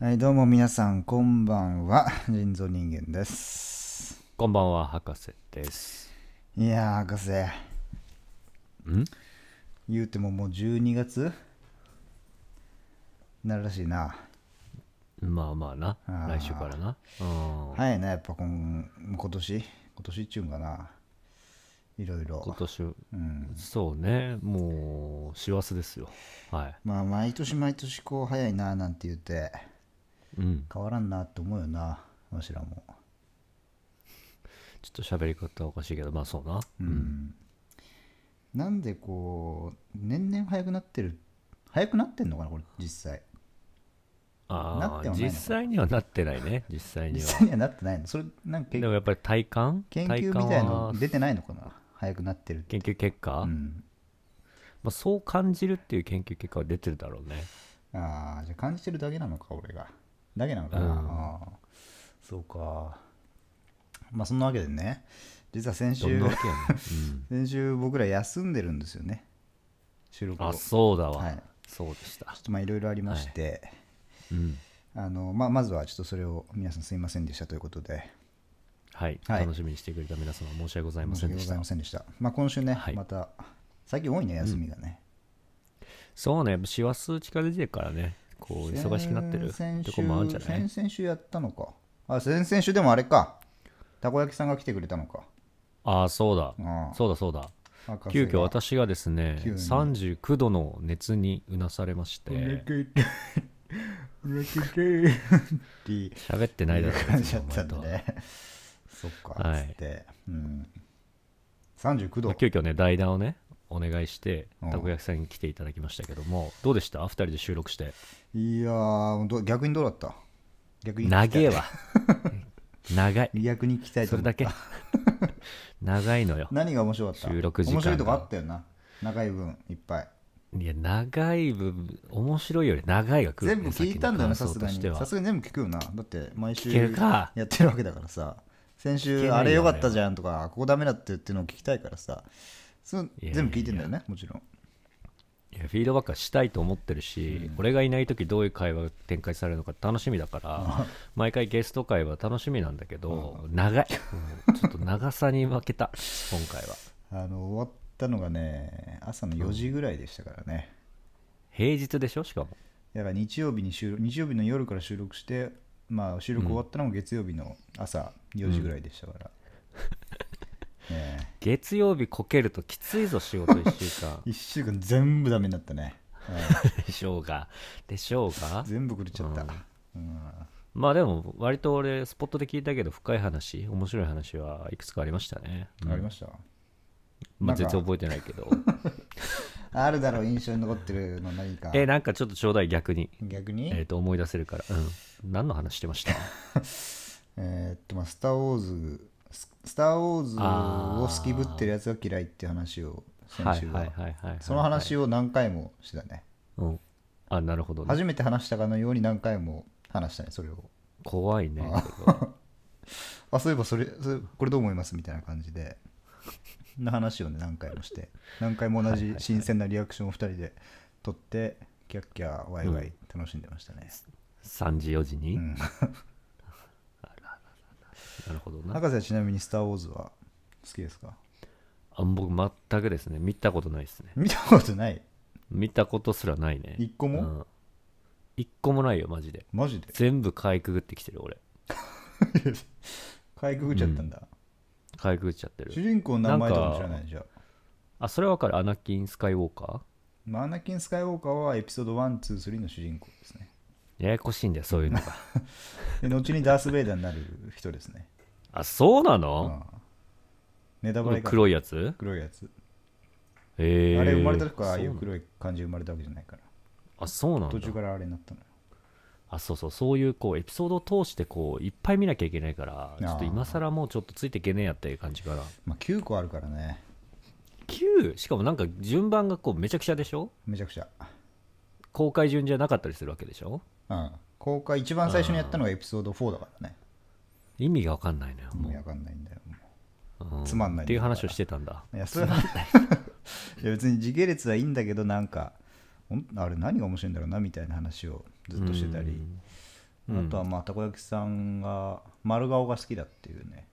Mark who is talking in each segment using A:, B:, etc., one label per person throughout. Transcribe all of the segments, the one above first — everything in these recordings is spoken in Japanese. A: はい、どうも皆さん、こんばんは。 人造人間です。
B: こんばんは、博士です。
A: いやー、博士、
B: ん
A: 言うてももう12月なるらしいな。
B: まあまあな
A: あー。
B: 来週からな。うん
A: 早いな、やっぱ今今年、今年っちゅうんかな。いろい
B: 今
A: ろ。
B: 年、
A: うん、
B: そうね、もう、師走ですよ。は
A: まあ、毎年毎年こう、早いな、なんて言って、
B: い。うん。
A: 変わらんなって思うよな、わしらも。
B: ちょっと喋り方おかしいけど、まあそうな。
A: うんなんでこう、年々早くなってる、早くなってんのかな、これ、実際。なっ
B: あ
A: てはない
B: あ、
A: の
B: 実際にはなってない ね、実際
A: 実
B: には。
A: 際にはなってないのそれなんかけ
B: でもやっぱり体感
A: 研
B: 体
A: 究み
B: 感
A: たいの
B: は
A: 出てないのかな早くなってるって
B: 研究結果、
A: うん、
B: まあ、そう感じるっていう研究結果は出てるだろうね。
A: ああじゃあ感じてるだけなのか俺がだけなのかな、
B: うん
A: ああそうかまあそんなわけでね実は先
B: どん
A: 週
B: なわけやね、
A: 先週僕ら休んでるんですよね収
B: う
A: 録
B: ん、
A: を
B: あ、
A: ちょ
B: そうだわ。
A: はい
B: そうでした
A: っ。とまあいろいろありまして、
B: うん。
A: あのまあ、まずはちょっとそれを皆さんすいませんでしたということで
B: はい、
A: はい
B: 楽しみにしてくれた皆様、申し訳ございま
A: 申し
B: せ
A: 訳
B: んで
A: ご
B: し
A: ざ
B: た
A: いま。せんでした、まあ、今週ね、
B: はい
A: また最近多いね休みがね、
B: そうね、師走近づいてるからね、こう忙しくなってる
A: 先々
B: とこもあるんじゃ
A: 週
B: ない
A: 先々週やったのかあ先々週でもあれかたこ焼きさんが来てくれたのか
B: ああ、そうだ、
A: あ
B: そうだ、そうだ。
A: あ博士
B: 急遽
A: が
B: 私がですね、
A: 急に
B: 39度の熱にうなされまして、
A: お腹痛いって
B: 喋ってないだろう、
A: 感じ
B: 別に
A: だったん
B: お前と
A: で
B: は
A: ねそっか
B: は
A: つ
B: い
A: って、うん、39度
B: まあ急遽ね、代打をね、お願いして
A: うん、
B: たこ焼きさんに来ていただきましたけども、どうでした二人で収録して。
A: いやーど逆にどうだった逆に
B: 長えわ。 長い。
A: 逆に聞きたいと
B: そ
A: 思
B: れ
A: った
B: だけ。長いのよ。
A: 何が面白かった
B: 収録時間が
A: 面白いとこあったよな長い分いっぱい
B: いや、長い分、面白いより長いが来る、
A: 全部聞いたんだよね
B: 先
A: さす
B: の
A: が
B: 感想と
A: に
B: しては
A: さすがに全部聞くよなだって毎週
B: 聞けるか
A: やってるわけだからさ先
B: 聞
A: 週
B: けないよ
A: あれ良かったじゃんとかここダメだって言ってるのを聞きたいからさそう
B: いやいやいや
A: 全部聞いてんだよねもちろん
B: いやフィードバックはしたいと思ってるし、俺がいない時どういう会話が展開されるのか楽しみだ から毎回ゲスト会は楽しみなんだけど、長い、うんちょっと長さに負けた今回は
A: あの終わったのがね朝の4時ぐらいでしたからね
B: 平日でしょしかも
A: だから日曜日に収録日曜日の夜から収録してまあ収録終わったのが月曜日の朝4時ぐらいでしたから、ねえ
B: 月曜日こけるときついぞ仕事1週 間
A: 1週間全部ダメになったね、うん
B: でしょうがでしょう が
A: 全部狂っちゃった、うん
B: まあでも割と俺スポットで聞いたけど深い話面白い話はいくつかありましたね、うん
A: ありましたなん
B: まあ、
A: か
B: 全然覚えてないけ ど
A: あるだろう印象に残ってるの何か
B: えなんかちょっとちょうだい逆に、
A: 逆に
B: えー、と思い出せるから、うん、何の話してました
A: えーっとまあ「スター・ウォーズ」ス「スター・ウォーズ」を
B: あー
A: 好きぶってるやつが嫌いっていう話を先週は,、
B: はいはいはいはいはい、
A: その話を何回もしてたね、
B: うん、あなるほど、ね、
A: 初めて話したかのように何回も話したねそれを
B: 怖いね
A: あそういえばそれそれこれどう思いますみたいな感じでの話をね何回もして何回も同じ新鮮なリアクションを2人で取ってキャッキャワイワイ楽しんでましたね、
B: 3時4時に、
A: ん
B: なるほどな
A: 博士はちなみに「スター・ウォーズ」は好きですか
B: あ僕全くですね見たことないですね
A: 見たことない
B: 見たことすらないね
A: 一個も
B: うん、一個もないよマジで
A: マジで
B: 全部かいくぐってきてる俺
A: かいくぐっちゃったんだ、
B: かいくぐっちゃって
A: 主
B: る
A: 人公の名前とかも知らないじゃん
B: あそれわかるアナキン・スカイウォーカ
A: まあアナキン・スカイウォーカーはエピソード123の主人公ですね
B: ーややこしいんだよそうい うのが
A: で後にダース・ベイダーになる人ですね
B: あそうなの、
A: ああネタ
B: こ
A: バレ
B: の
A: か
B: 黒いやつ
A: 黒いやつ、
B: えー、
A: あれ生まれた時からああいう
B: そう
A: 黒い感じで生まれたわけじゃないから
B: あそうなんだ
A: 途中からあれになったのよ
B: あそうそうそういうこうエピソードを通してこういっぱい見なきゃいけないから
A: ー
B: ちょっと今更もうちょっとついていけねえやっていう感じから
A: まあ9個あるからね
B: 9しかもなんか順番がこうめちゃくちゃでしょ
A: めちゃくちゃ、
B: 公開順じゃなかったりするわけでしょ
A: うん、公開一番最初にやったのがエピソード4だからね
B: 意味がわかんないのよ
A: 意
B: も
A: 味わかんないんだよも
B: う、う
A: つまんない
B: っていう話をしてたんだ
A: ういやそれはいや別に時系列はいいんだけどなんかほんあれ何が面白いんだろうなみたいな話をずっとしてたり
B: うんうん
A: あとはまあたこ焼きさんが丸顔が好きだっていうね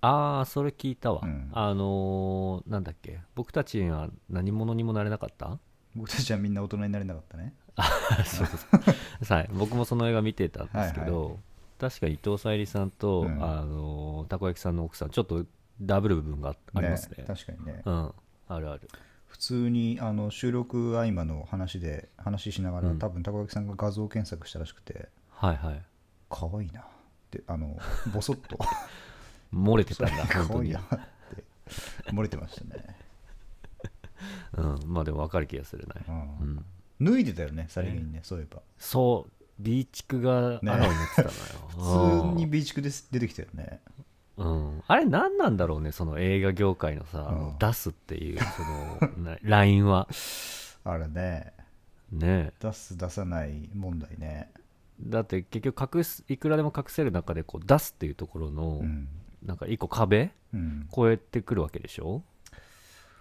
B: ああそれ聞いたわ、
A: うん
B: あのーなんだっけ僕たちは何者にもなれなかった
A: 僕たちはみんな大人になれなかったね
B: あそうそうそうはい僕もその映画見てたんですけど、確か伊藤沙莉さんと、
A: うん
B: あのーたこ焼きさんの奥さんちょっとダブル部分がありますね
A: 確かにね、
B: うんあるある
A: 普通にあの収録合間の話で話しながら、
B: うん
A: 多分たこ焼きさんが画像検索したらしくて
B: はいはい
A: 可愛いなってあのボソッ と
B: 漏れてたんだ 本
A: 可
B: 当
A: 愛い
B: に
A: なって漏れてましたね、
B: うん、まあでも分かる気がするね、
A: うん
B: うん、
A: 脱いでたよねさりげにねそういえば
B: そうビーチクがあらわになってたのよ、
A: 普通に備蓄で出てきたよね
B: うん、あれ何なんだろうねその映画業界のさ、あの
A: うん
B: 出すっていうそのなラインは
A: あれね
B: ね
A: 出す出さない問題ね
B: だって結局隠すいくらでも隠せる中でこう出すっていうところの、
A: うん、
B: なんか一個壁
A: うん、
B: 越えてくるわけでしょ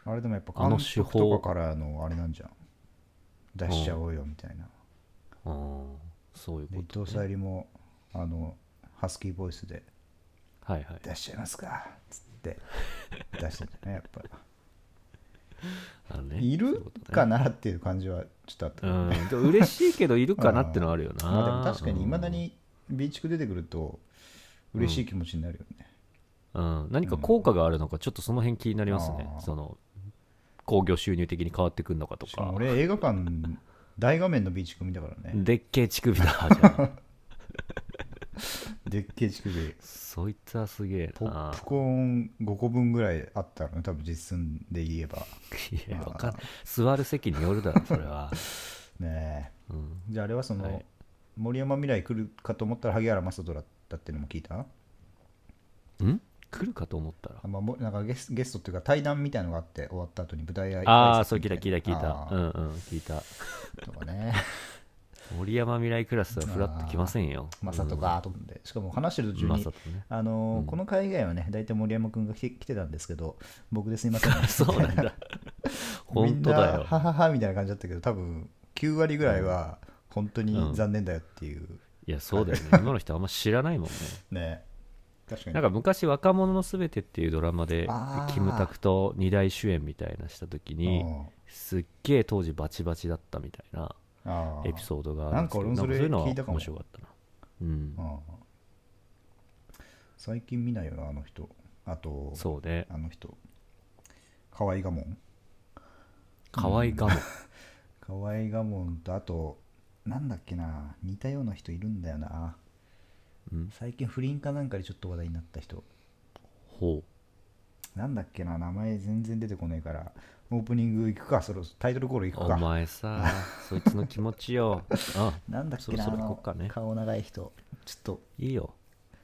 A: あれでもやっぱ
B: あの
A: 監
B: 手
A: 督
B: 法
A: とかからのあれなんじゃん出しちゃおうよみたいな、
B: うんそういう
A: で
B: こ
A: 伊
B: と、
A: 藤沙莉もあのハスキーボイスで
B: はいはい
A: 「出しちゃいますか」っつって出したんじゃないやっ ぱ
B: あのね
A: い
B: そうう
A: る
B: ことね
A: かなっていう感じはちょっとあったけ
B: う
A: ど
B: ん
A: ね、、
B: でも嬉しいけどいるかなってのはあるよな、
A: まあでも 確かにいまだ
B: うん
A: に B 地区出てくると嬉しい気持ちになるよね、
B: うん、何か効果があるのか、ちょっとその辺気になりますね
A: あ。ー
B: その興行収入的に変わってくるのかと
A: しかも
B: か。
A: 俺映画館大画面の B 地区見たからね、
B: でっけえ乳首だ、じ ゃあ。
A: でっけえ乳首
B: そいつはすげえ
A: ポ
B: な
A: ッ。プコーン5個分ぐらいあったのね多分実寸で言えば
B: いや、わかん座る席によるだろ、それは。
A: ね
B: うん、
A: えじゃああれはその、
B: はい
A: 森山未来来るかと思ったら萩原正人だったっていうのも聞いた
B: ん来るかと思ったら
A: あ。まあもなんかゲスゲストっていうか対談みたいのがあって終わった後に舞台挨
B: あ
A: 挨
B: あ、そう
A: 拶
B: 聞い
A: み
B: た、
A: な
B: 聞いた、聞い
A: あ
B: た。う
A: ー
B: んうん、聞いた。
A: とかね
B: 森山未来クラスはフラッと来ませんよ。
A: 正人かと思ってしかも話してる
B: う
A: 途
B: ん。
A: 中
B: ま
A: に、
B: さとね。
A: あのー
B: うん
A: この会以外はね大体森山君が来て来てたんですけど僕ですいません
B: そ うなんだ。
A: み
B: 本
A: ん
B: 当
A: な
B: だよ。
A: はははみたいな感じだったけど多分9割ぐらいは本当に残念だよっていう、
B: いや、そうだ よね。今の人あんま知らないもんね。
A: ね確かに
B: なんか昔「若者のすべて」っていうドラマで
A: あー
B: キムタクと二大主演みたいなした時に
A: うん
B: すっげえ当時バチバチだったみたいな
A: あー
B: エピソードがあるんですけど
A: なんか俺もそれ
B: なんかそう
A: 聞い
B: い
A: う
B: の
A: た
B: は
A: かも
B: 面白かったなうん
A: うん最近見ないよなあの人あと
B: そうね
A: あの人河合我門
B: 河合 ガモ
A: 河合我門とあとなんだっけな似たような人いるんだよな
B: うん
A: 最近不倫かなんかでちょっと話題になった人
B: ほ
A: なんだっけな名前全然出てこねえからオープニング行くかそろそろタイトルコール
B: う
A: 行く
B: お
A: か
B: 前さそいつの気持ちよあ
A: なんだっけ
B: そろ
A: な
B: そろ
A: あの
B: 行こっかね
A: 顔長い人ちょっと
B: いいよ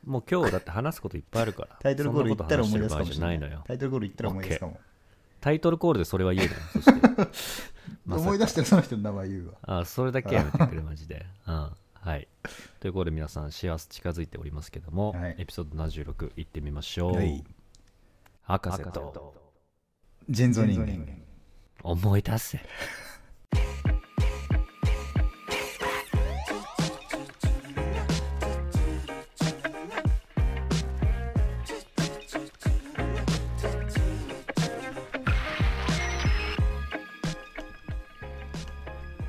B: もう今日だって話すこといっぱいあるから
A: タイトルコール行ったら思い出すかも
B: そ
A: し
B: ん
A: れ
B: な
A: ない
B: こと話してる場合じゃないのよ
A: タイトルコール行ったら思い出すかも
B: タイトルコールでそれは言えないそしてまさか
A: 思い出してるその人の名前言うわ
B: あそれだけやめてくれ、マジで。うんはい、ということで皆さん幸せ近づいておりますけども、
A: はい
B: エピソード76いってみましょう、
A: はい
B: 博士と
A: ジェンゾ人間
B: 思い出せ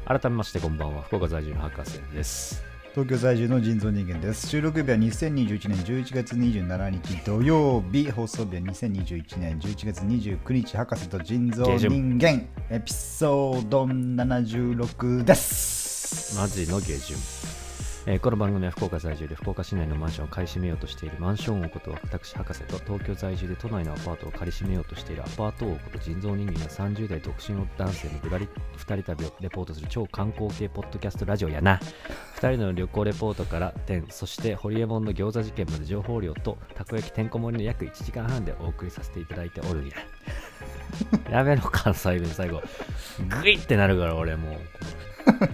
B: 改めましてこんばんは福岡在住の博士です
A: 東京在住の人造人間です収録日は2021年11月27日土曜日放送日は2021年11月29日博士と人造人間エピソード76です
B: マジの下旬、えーこの番組は福岡在住で福岡市内のマンションを買い占めようとしているマンション王こと私博士と東京在住で都内のアパートを借り占めようとしているアパート王こと人造人間が30代独身男性のぶらり2人旅をレポートする超観光系ポッドキャストラジオやな2人の旅行レポートから点そしてホリエモンの餃子事件まで情報量とたこ焼きてんこ盛りの約1時間半でお送りさせていただいておるんややめろ関西弁最後グイってなるから俺も うはい、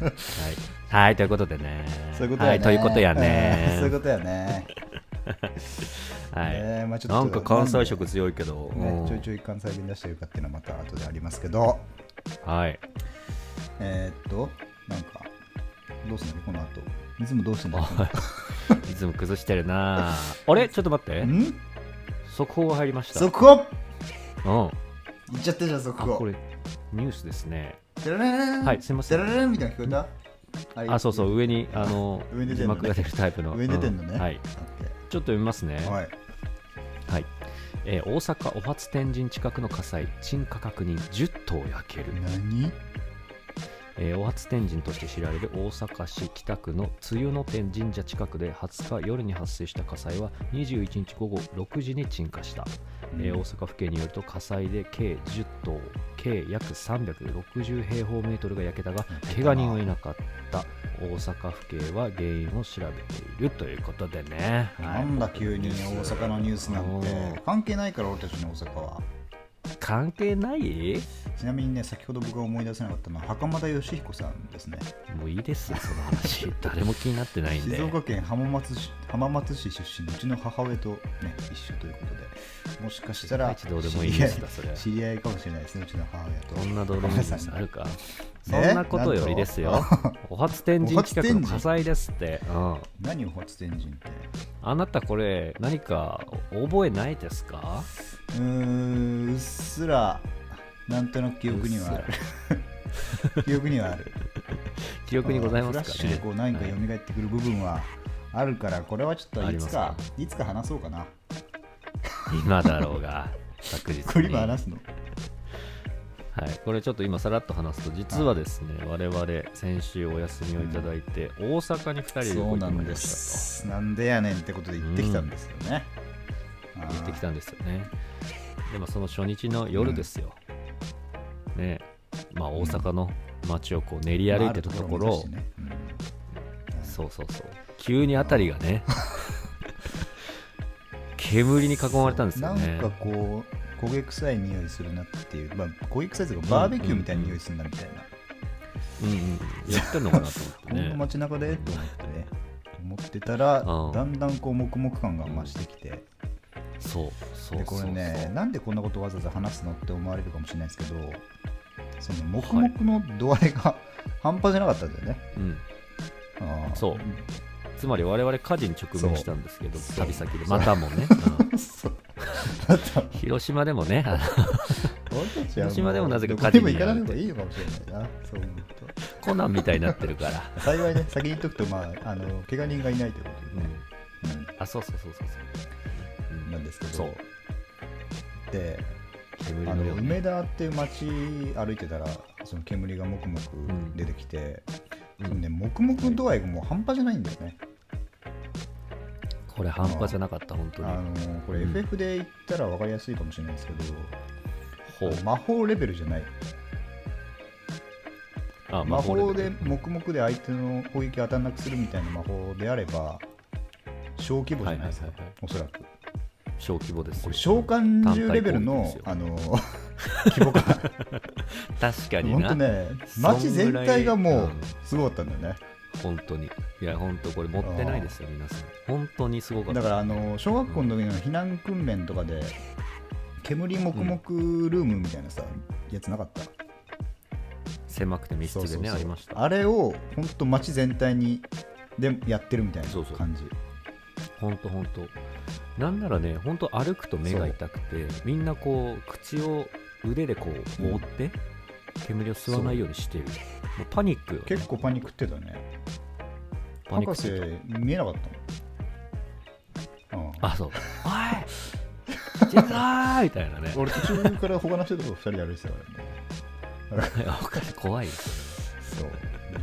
B: はい、ということでね。
A: そういうことやね、
B: はい、ということやね。
A: うんそういうことやね
B: はい、
A: ねまあちょっと
B: なんか関西色強いけど。う
A: ね
B: ん
A: ちょいちょい関西弁出してるかっていうのはまた後でありますけど
B: はい。
A: えーっとなんかどうすんのこの後いつもどうしてんだろ
B: い つも崩してるなあれちょっと待っ
A: う
B: て
A: ん
B: 速報が入りましたうん
A: 速報
B: あ
A: いっちゃったじゃん速
B: こ
A: 報
B: れニュースですね
A: テラレレン
B: はいすいません
A: テラレレンみたいなの聞こえたれ
B: あそうそう上にあの
A: 上に出て
B: 字
A: んのね
B: 幕が出るタイプの
A: 上に出てんの
B: う
A: ね
B: はい
A: オッケ
B: ちょっと読みますね
A: ーはい
B: はい、えー大阪お初天神近くの火災鎮火確認10棟焼ける、
A: 何
B: えー、お初天神として知られる大阪市北区の梅雨の天神社近くで20日夜に発生した火災は21日午後6時に鎮火した、えー大阪府警によると火災で計10棟計約360平方メートルが焼けたが
A: けたな
B: 怪我人はいなかった大阪府警は原因を調べているということでね
A: なんだ急に大阪のニュースなん
B: うん
A: て関係ないから俺たちに大阪は
B: 関係ない
A: ちなみにね先ほど僕が思い出せなかったのは袴田義彦さんですね
B: もういいですよ、その話。誰も気になってないんで。
A: 静岡県浜松市浜松市出身のうちの母親と、ね、一緒ということでもしかしたら
B: 世界一どうでもいいニュースだそれ
A: 知り合いかもしれないですねうちの母親と
B: そんな泥水になるか。そ
A: ね
B: んなことよりですよ。 お初天神企画の火災ですって。うん
A: 何を初天神って
B: あなたこれ、何か覚えないですか
A: うーんうっすらなんとなく記憶にはある記憶にはある
B: 記憶にございます
A: フラッ
B: か
A: シュでこう何か
B: ね。
A: 蘇ってくる部分はあるからこれはちょっといつか
B: あります
A: いつか話そうかな
B: 今だろうが、確
A: こ
B: 実
A: れ
B: に。
A: 今
B: はい
A: 話すの、
B: これちょっと今さらっと話すと、実はですね、我々、先週お休みをいただいて、大阪に2人で
A: そ
B: 動
A: う
B: い
A: な
B: て
A: ん
B: まいり
A: で
B: ましたと。
A: すなんでやねんってことで行ってきたんですよね、あー
B: 行ってきたんですよねでもその初日の夜ですよ、ねまあ大阪の街をこう練り歩いてたところ、
A: まああるを目指してねうん
B: そうそうそう急に辺りが ね煙に囲まれたんですよね
A: なんかこう焦げ臭い匂いするなっていう、まあ、焦げ臭いというかバーベキューみたいな匂いするなみたいな、
B: うんうんやってんのかなと思って
A: こんな
B: ね
A: 街中でと思ってね思ってたら
B: うん
A: だんだんこう黙々感が増してきて、
B: そうそう
A: でこ
B: そう
A: れ
B: そう、
A: ねなんでこんなことわざわざ話すのって思われるかもしれないですけどその黙々の度合いが 半端じゃなかったんだよね、
B: うん、
A: あー
B: そうつまり我々火事に直面したんですけど
A: そう
B: 旅先で
A: そう
B: またもね、うん
A: そうだったら
B: 広島でもねあの
A: 俺たち
B: 広島でもなぜか
A: 火事
B: 火事
A: に
B: に
A: も行かなくていいのかもしれないなそう思う
B: コナンみたいになってるから
A: と幸いね先に言っとくとまああの怪我人がいないということでね、うん
B: あそうそうそうそうそう、うん
A: なんですけど
B: そう
A: で
B: 煙
A: あ
B: のよ
A: の
B: うに
A: 梅田っていう街歩いてたらその煙がもくもく出てきて、
B: う
A: そ
B: ん
A: のねもくもく度合いがもう半端じゃないんだよね、
B: これ半端じゃなかった本当に
A: あのこれ
B: うん
A: FF で言ったら分かりやすいかもしれないですけど、
B: ほう
A: 魔法レベルじゃない
B: あ
A: 魔法で
B: レベル
A: 黙々で相手の攻撃当たんなくするみたいな魔法であれば小規模じゃないですか、
B: はいはいはいはい
A: おそらく
B: 小規模です
A: こ
B: よ
A: れ召喚獣レベルの
B: 単体攻撃ですよ
A: あの規模感
B: 確かに
A: 本
B: な
A: 当ね
B: そんぐらい
A: 街全体がもう
B: う
A: んすごかったんだよね、
B: 本当にいや本当これ持ってないですよ皆さん本当にすごかった
A: だからあの小学校の時の避難訓練とかで煙黙々ルームみたいなさ、やつなかった
B: 狭くて密室
A: そう
B: でね
A: そうそう
B: ありました
A: あれを本当街全体にでやってるみたいな
B: そうそう
A: 感じ
B: 本当本当なんならね本当歩くと目が痛くてみんなこう口を腕でこう覆って、煙を吸わないようにしてるもうパニックよ、ね、
A: 結構パニックってたね
B: パニッ
A: 博
B: クして
A: 士
B: た
A: 見えなかったもん、うん、
B: あ、そう。おい来てなーみたいなね。
A: 俺途中から他の人と2人で歩いてたからね
B: いやおかしい怖いよ。
A: そう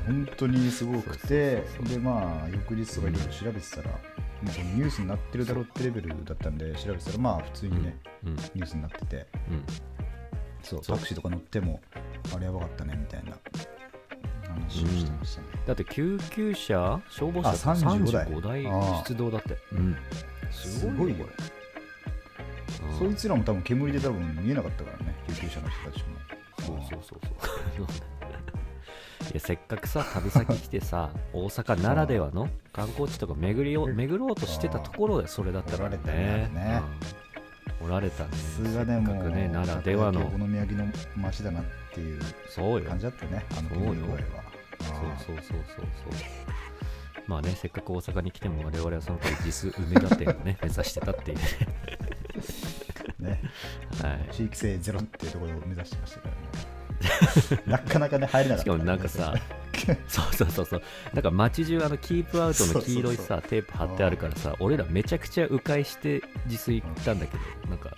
A: 本当にすごくて
B: そうそうそう
A: でまあ翌日とかいろいろ調べてたら、まあ、このニュースになってるだろうってレベルだったんで調べてたらまあ普通にね、
B: うん。うん。
A: ニュースになってて
B: うん。
A: そう
B: そう
A: タクシーとか乗ってもあれやばかったねみたいな話をしてましたね、
B: だって救急車、消防車
A: あ35台
B: 35台
A: あー
B: 出動だって。うん。
A: すごいよ
B: これ。うん
A: そいつらも多分煙で多分見えなかったからね救急車の人たちも
B: そうそうそう そう。いやせっかくさ旅先来てさ大阪ならではの観光地とか巡りを巡ろうとしてたところでそれだったからねうんおられたね
A: さすがね
B: せっ
A: も
B: か
A: う
B: くねならでは
A: お
B: の
A: 好み焼きの街だなっていう
B: そうよ
A: 感じだったねあの
B: そうよ
A: 煙の声は
B: そうそうそうそうそうまあね、せっかく大阪に来ても我々はその時実梅田店をね 目指してたっていう、
A: ね、
B: はい、
A: 地域性ゼロっていうところを目指してましたからね なかなかね入れなかった
B: しかもなんか さそうそうそうそうなんか街中あのキープアウトの黄色いさ
A: そうそうそう
B: テープ貼ってあるからさ俺らめちゃくちゃ迂回して自炊行ったんだけどなんか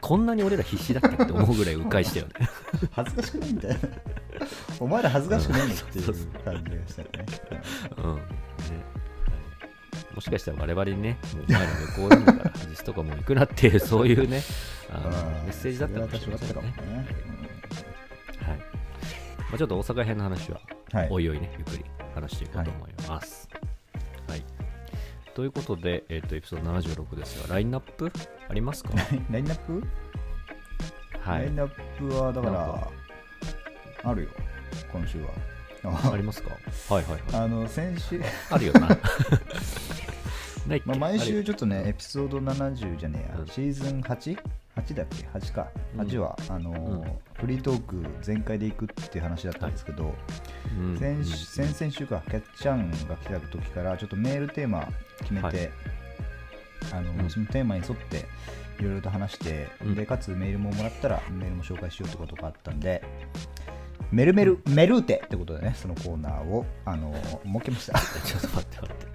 B: こんなに俺ら必死だっけって思うぐらい迂 回したよね
A: 恥ずかしくないみたいなお前ら恥ずかしくないのっていう感じがしたよね
B: うんねはいもしかしたら我々にね、もうお前ら向こうなんだから、実とかもう行くなっていう、そういうね、あの
A: うん
B: メッセージだったかもしれません
A: それは
B: ね
A: 確。かにあったかもね
B: はいまあ、ちょっと大阪編の話は、
A: うんはい
B: おいおいね、ゆっくり話していこうと思います。はい、ということで、えっとエピソード76ですが、ラインナップありますか
A: ラインナップ、
B: は
A: ライ
B: い
A: ン。ナップはだか
B: なん
A: ら
B: か
A: あるよ今週は
B: ありますかはいはいはい。
A: あの先 週、
B: あるよ な。ないっけ
A: まあ、毎
B: ある
A: 週
B: よ
A: ちょっとねエピソード70じゃねえや、
B: うん
A: シーズン 8?8 だっけ8か
B: うん
A: 8は、あのー
B: うん
A: フリートーク全開でいくっていう話だったんですけど、
B: うん
A: 先週先々週か、キャッチャンが来た時から、ちょっとメールテーマ決めて、
B: はい
A: あの
B: うん
A: そのテーマに沿って、いろいろと話して、
B: うん
A: で、かつメールももらったら、メールも紹介しようってことがあったんで、メルメル、メルーテってことでね、そのコーナーを、あの設けました。
B: ちょっと待って待って。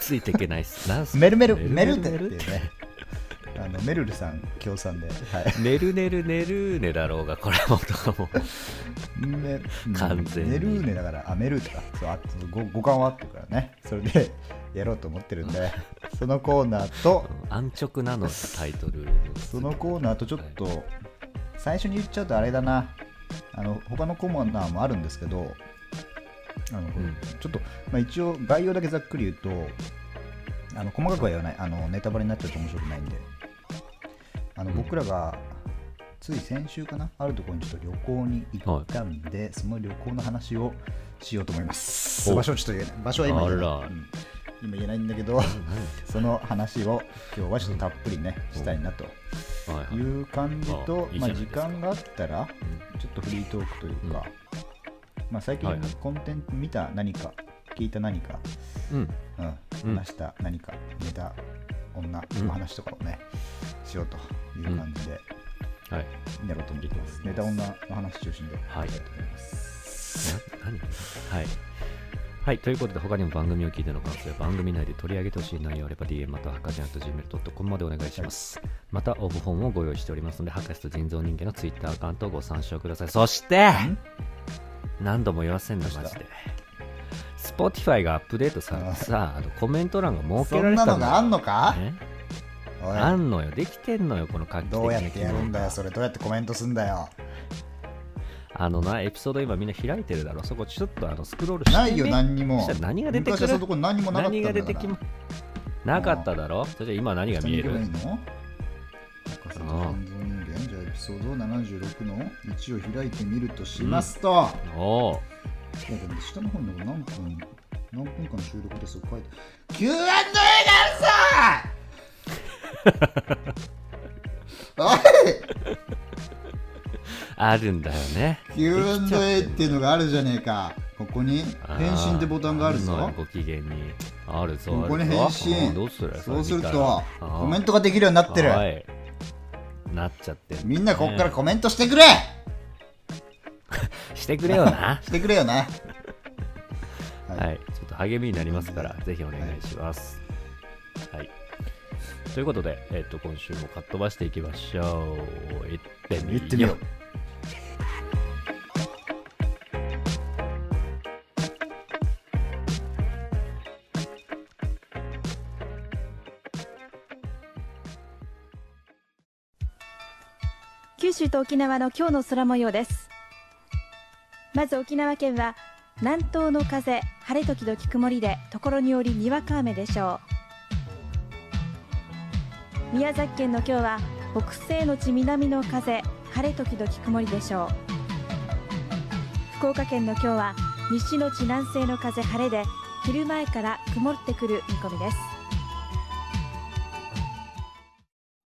B: ついていけない っす。なんすか
A: メルメル、メルーテ
B: メ
A: っていう
B: ル
A: ね、あのメルルさん、協賛で、はい。
B: ねるねるねるねだろうが、これはもうもう。
A: ね、
B: 完全に
A: ネルーネだから、あ、メルーネか。そう、あと五五感は合ってるからね。それでやろうと思ってるん で、そのコーナーと、
B: 安直なのタイトル
A: そのコーナーとちょっと、最初に言っちゃうとあれだな。あの、他のコーナーもあるんですけど、あの、
B: ん
A: ちょっと、まあ、一応、概要だけざっくり言うと、あの、細かくは言わない。あの、ネタバレになっちゃうと面白くないんで。あの、
B: うん
A: 僕らが、つい先週かなあるところにちょっと旅行に行ったんで、その旅行の話をしようと思います
B: お
A: 場所はちょっと言えない場所は今言えな
B: あら
A: い、うん今言えないんだけどその話を今日はちょっとたっぷりねしたいなと
B: はいはい
A: いう感じと
B: あいいじ
A: まあ、
B: ゃないです
A: 時
B: か
A: 間があったらちょっとフリートークというか、まあ、最近
B: はいはい
A: コンテンツ見た何か聞いた何か、
B: うん
A: うん、
B: うん
A: 話した何か寝た女
B: うん
A: の話とかをね、しようという感じで。
B: はい
A: やろうと思ってます。ネタ女の話中心でやりたいと思います。
B: な何はいはい、ということで、他にも番組を聞いての感想や番組内で取り上げてほしい内容があれば、DM または博士 .gmail.com までお願いします。また、応募フォームをご用意しておりますので、博士と人造人間の Twitter アカウントをご参照ください。そして、何度も言わせんの、
A: どう
B: マ
A: し
B: ジ
A: た
B: で。Spotify がアップデートされてさ、あのコメント欄が設
A: そ
B: けら
A: ん
B: れ
A: な
B: た
A: の
B: ん
A: があんのか
B: ね
A: お
B: あ
A: い
B: んのよ、できてんのよ、この画期的な
A: どうやってやるんだよ、
B: 機
A: それ。どうやってコメントすんだよ。
B: 能あのな、エピソード今みんな開いてるだろ、そこちょっとあのスクロールして、ね。
A: ないよ、何に
B: そ
A: も
B: したら。何が出てくる
A: 昔はそこに何もなかった
B: 何
A: んだ
B: が
A: から。
B: 出てきまなかっただろそれじゃ今何が見え
A: 下
B: る
A: に行けばいいの博士と半蔵人間じゃあエピソード76の1を開いてみるとしますと、
B: おお
A: いやでも下の方に何分何分間の収録ですよ書いて Q&A があ るぞおい
B: あるんだよね
A: Q&A っていうのがあるじゃねえか。ここに返信ってボタンがある
B: の
A: ぞ。
B: ご機嫌にあるぞ
A: ここに
B: あるぞ
A: 返信
B: うんどうする
A: そうす
B: れ見
A: る
B: たら
A: と
B: あー
A: コメントができるようになってる。
B: はいなっちゃってる
A: みんなこっから
B: ね
A: コメントしてくれ
B: してくれよな
A: してくれよな。はい
B: はいちょっと励みになりますからぜひお願いしますはいということで、えっと今週もかっ飛ばしていきましょういってみ
A: 言
B: よう
A: ってみよう。
C: 九州と沖縄の今日の空模様ですまず沖縄県は南東の風晴れ時々曇りでところによりにわか雨でしょう宮崎県の今日は北西の地南の風晴れ時々曇りでしょう福岡県の今日は西の地南西の風晴れで昼前から曇ってくる見込みです